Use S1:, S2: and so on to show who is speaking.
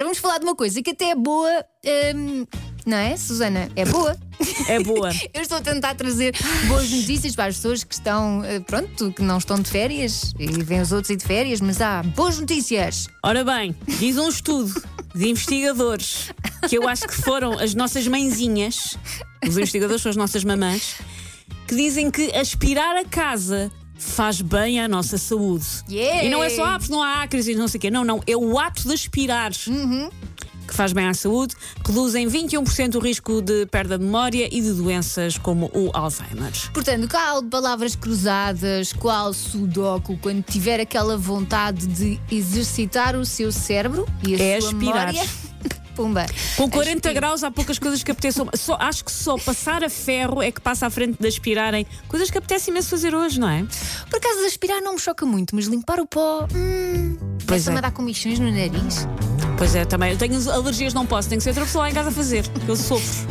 S1: vamos falar de uma coisa que até é boa. hum, não é, Susana? É boa.
S2: É boa.
S1: Eu estou a tentar trazer boas notícias para as pessoas que estão, eh, pronto, que não estão de férias e vêm os outros ir de férias, mas há boas notícias.
S2: Ora bem, diz um estudo de investigadores que eu acho que foram as nossas mãezinhas, os investigadores são as nossas mamãs, que dizem que aspirar a casa faz bem à nossa saúde.
S1: Yeah.
S2: E não é só, ah, porque não há acres e não sei o quê. Não, não. É o ato de aspirar. Que faz bem à saúde, reduz em 21% o risco de perda de memória e de doenças como o Alzheimer.
S1: Portanto, qual palavras cruzadas, qual sudoku, quando tiver aquela vontade de exercitar o seu cérebro e a
S2: É
S1: sua
S2: aspirar.
S1: memória. Pumba.
S2: Com 40
S1: Aspira.
S2: graus há poucas coisas que apeteçam. Só, acho que só passar a ferro é que passa à frente de aspirarem. Coisas que apetece imenso fazer hoje, não é?
S1: Por acaso, aspirar não me choca muito, mas limpar o pó. Hum,
S2: Pois
S1: começa-me
S2: é.
S1: a dar comichões no nariz.
S2: Pois é, também. Eu tenho alergias, não posso. Tenho que ser outra pessoa lá em casa a fazer. porque Eu sofro.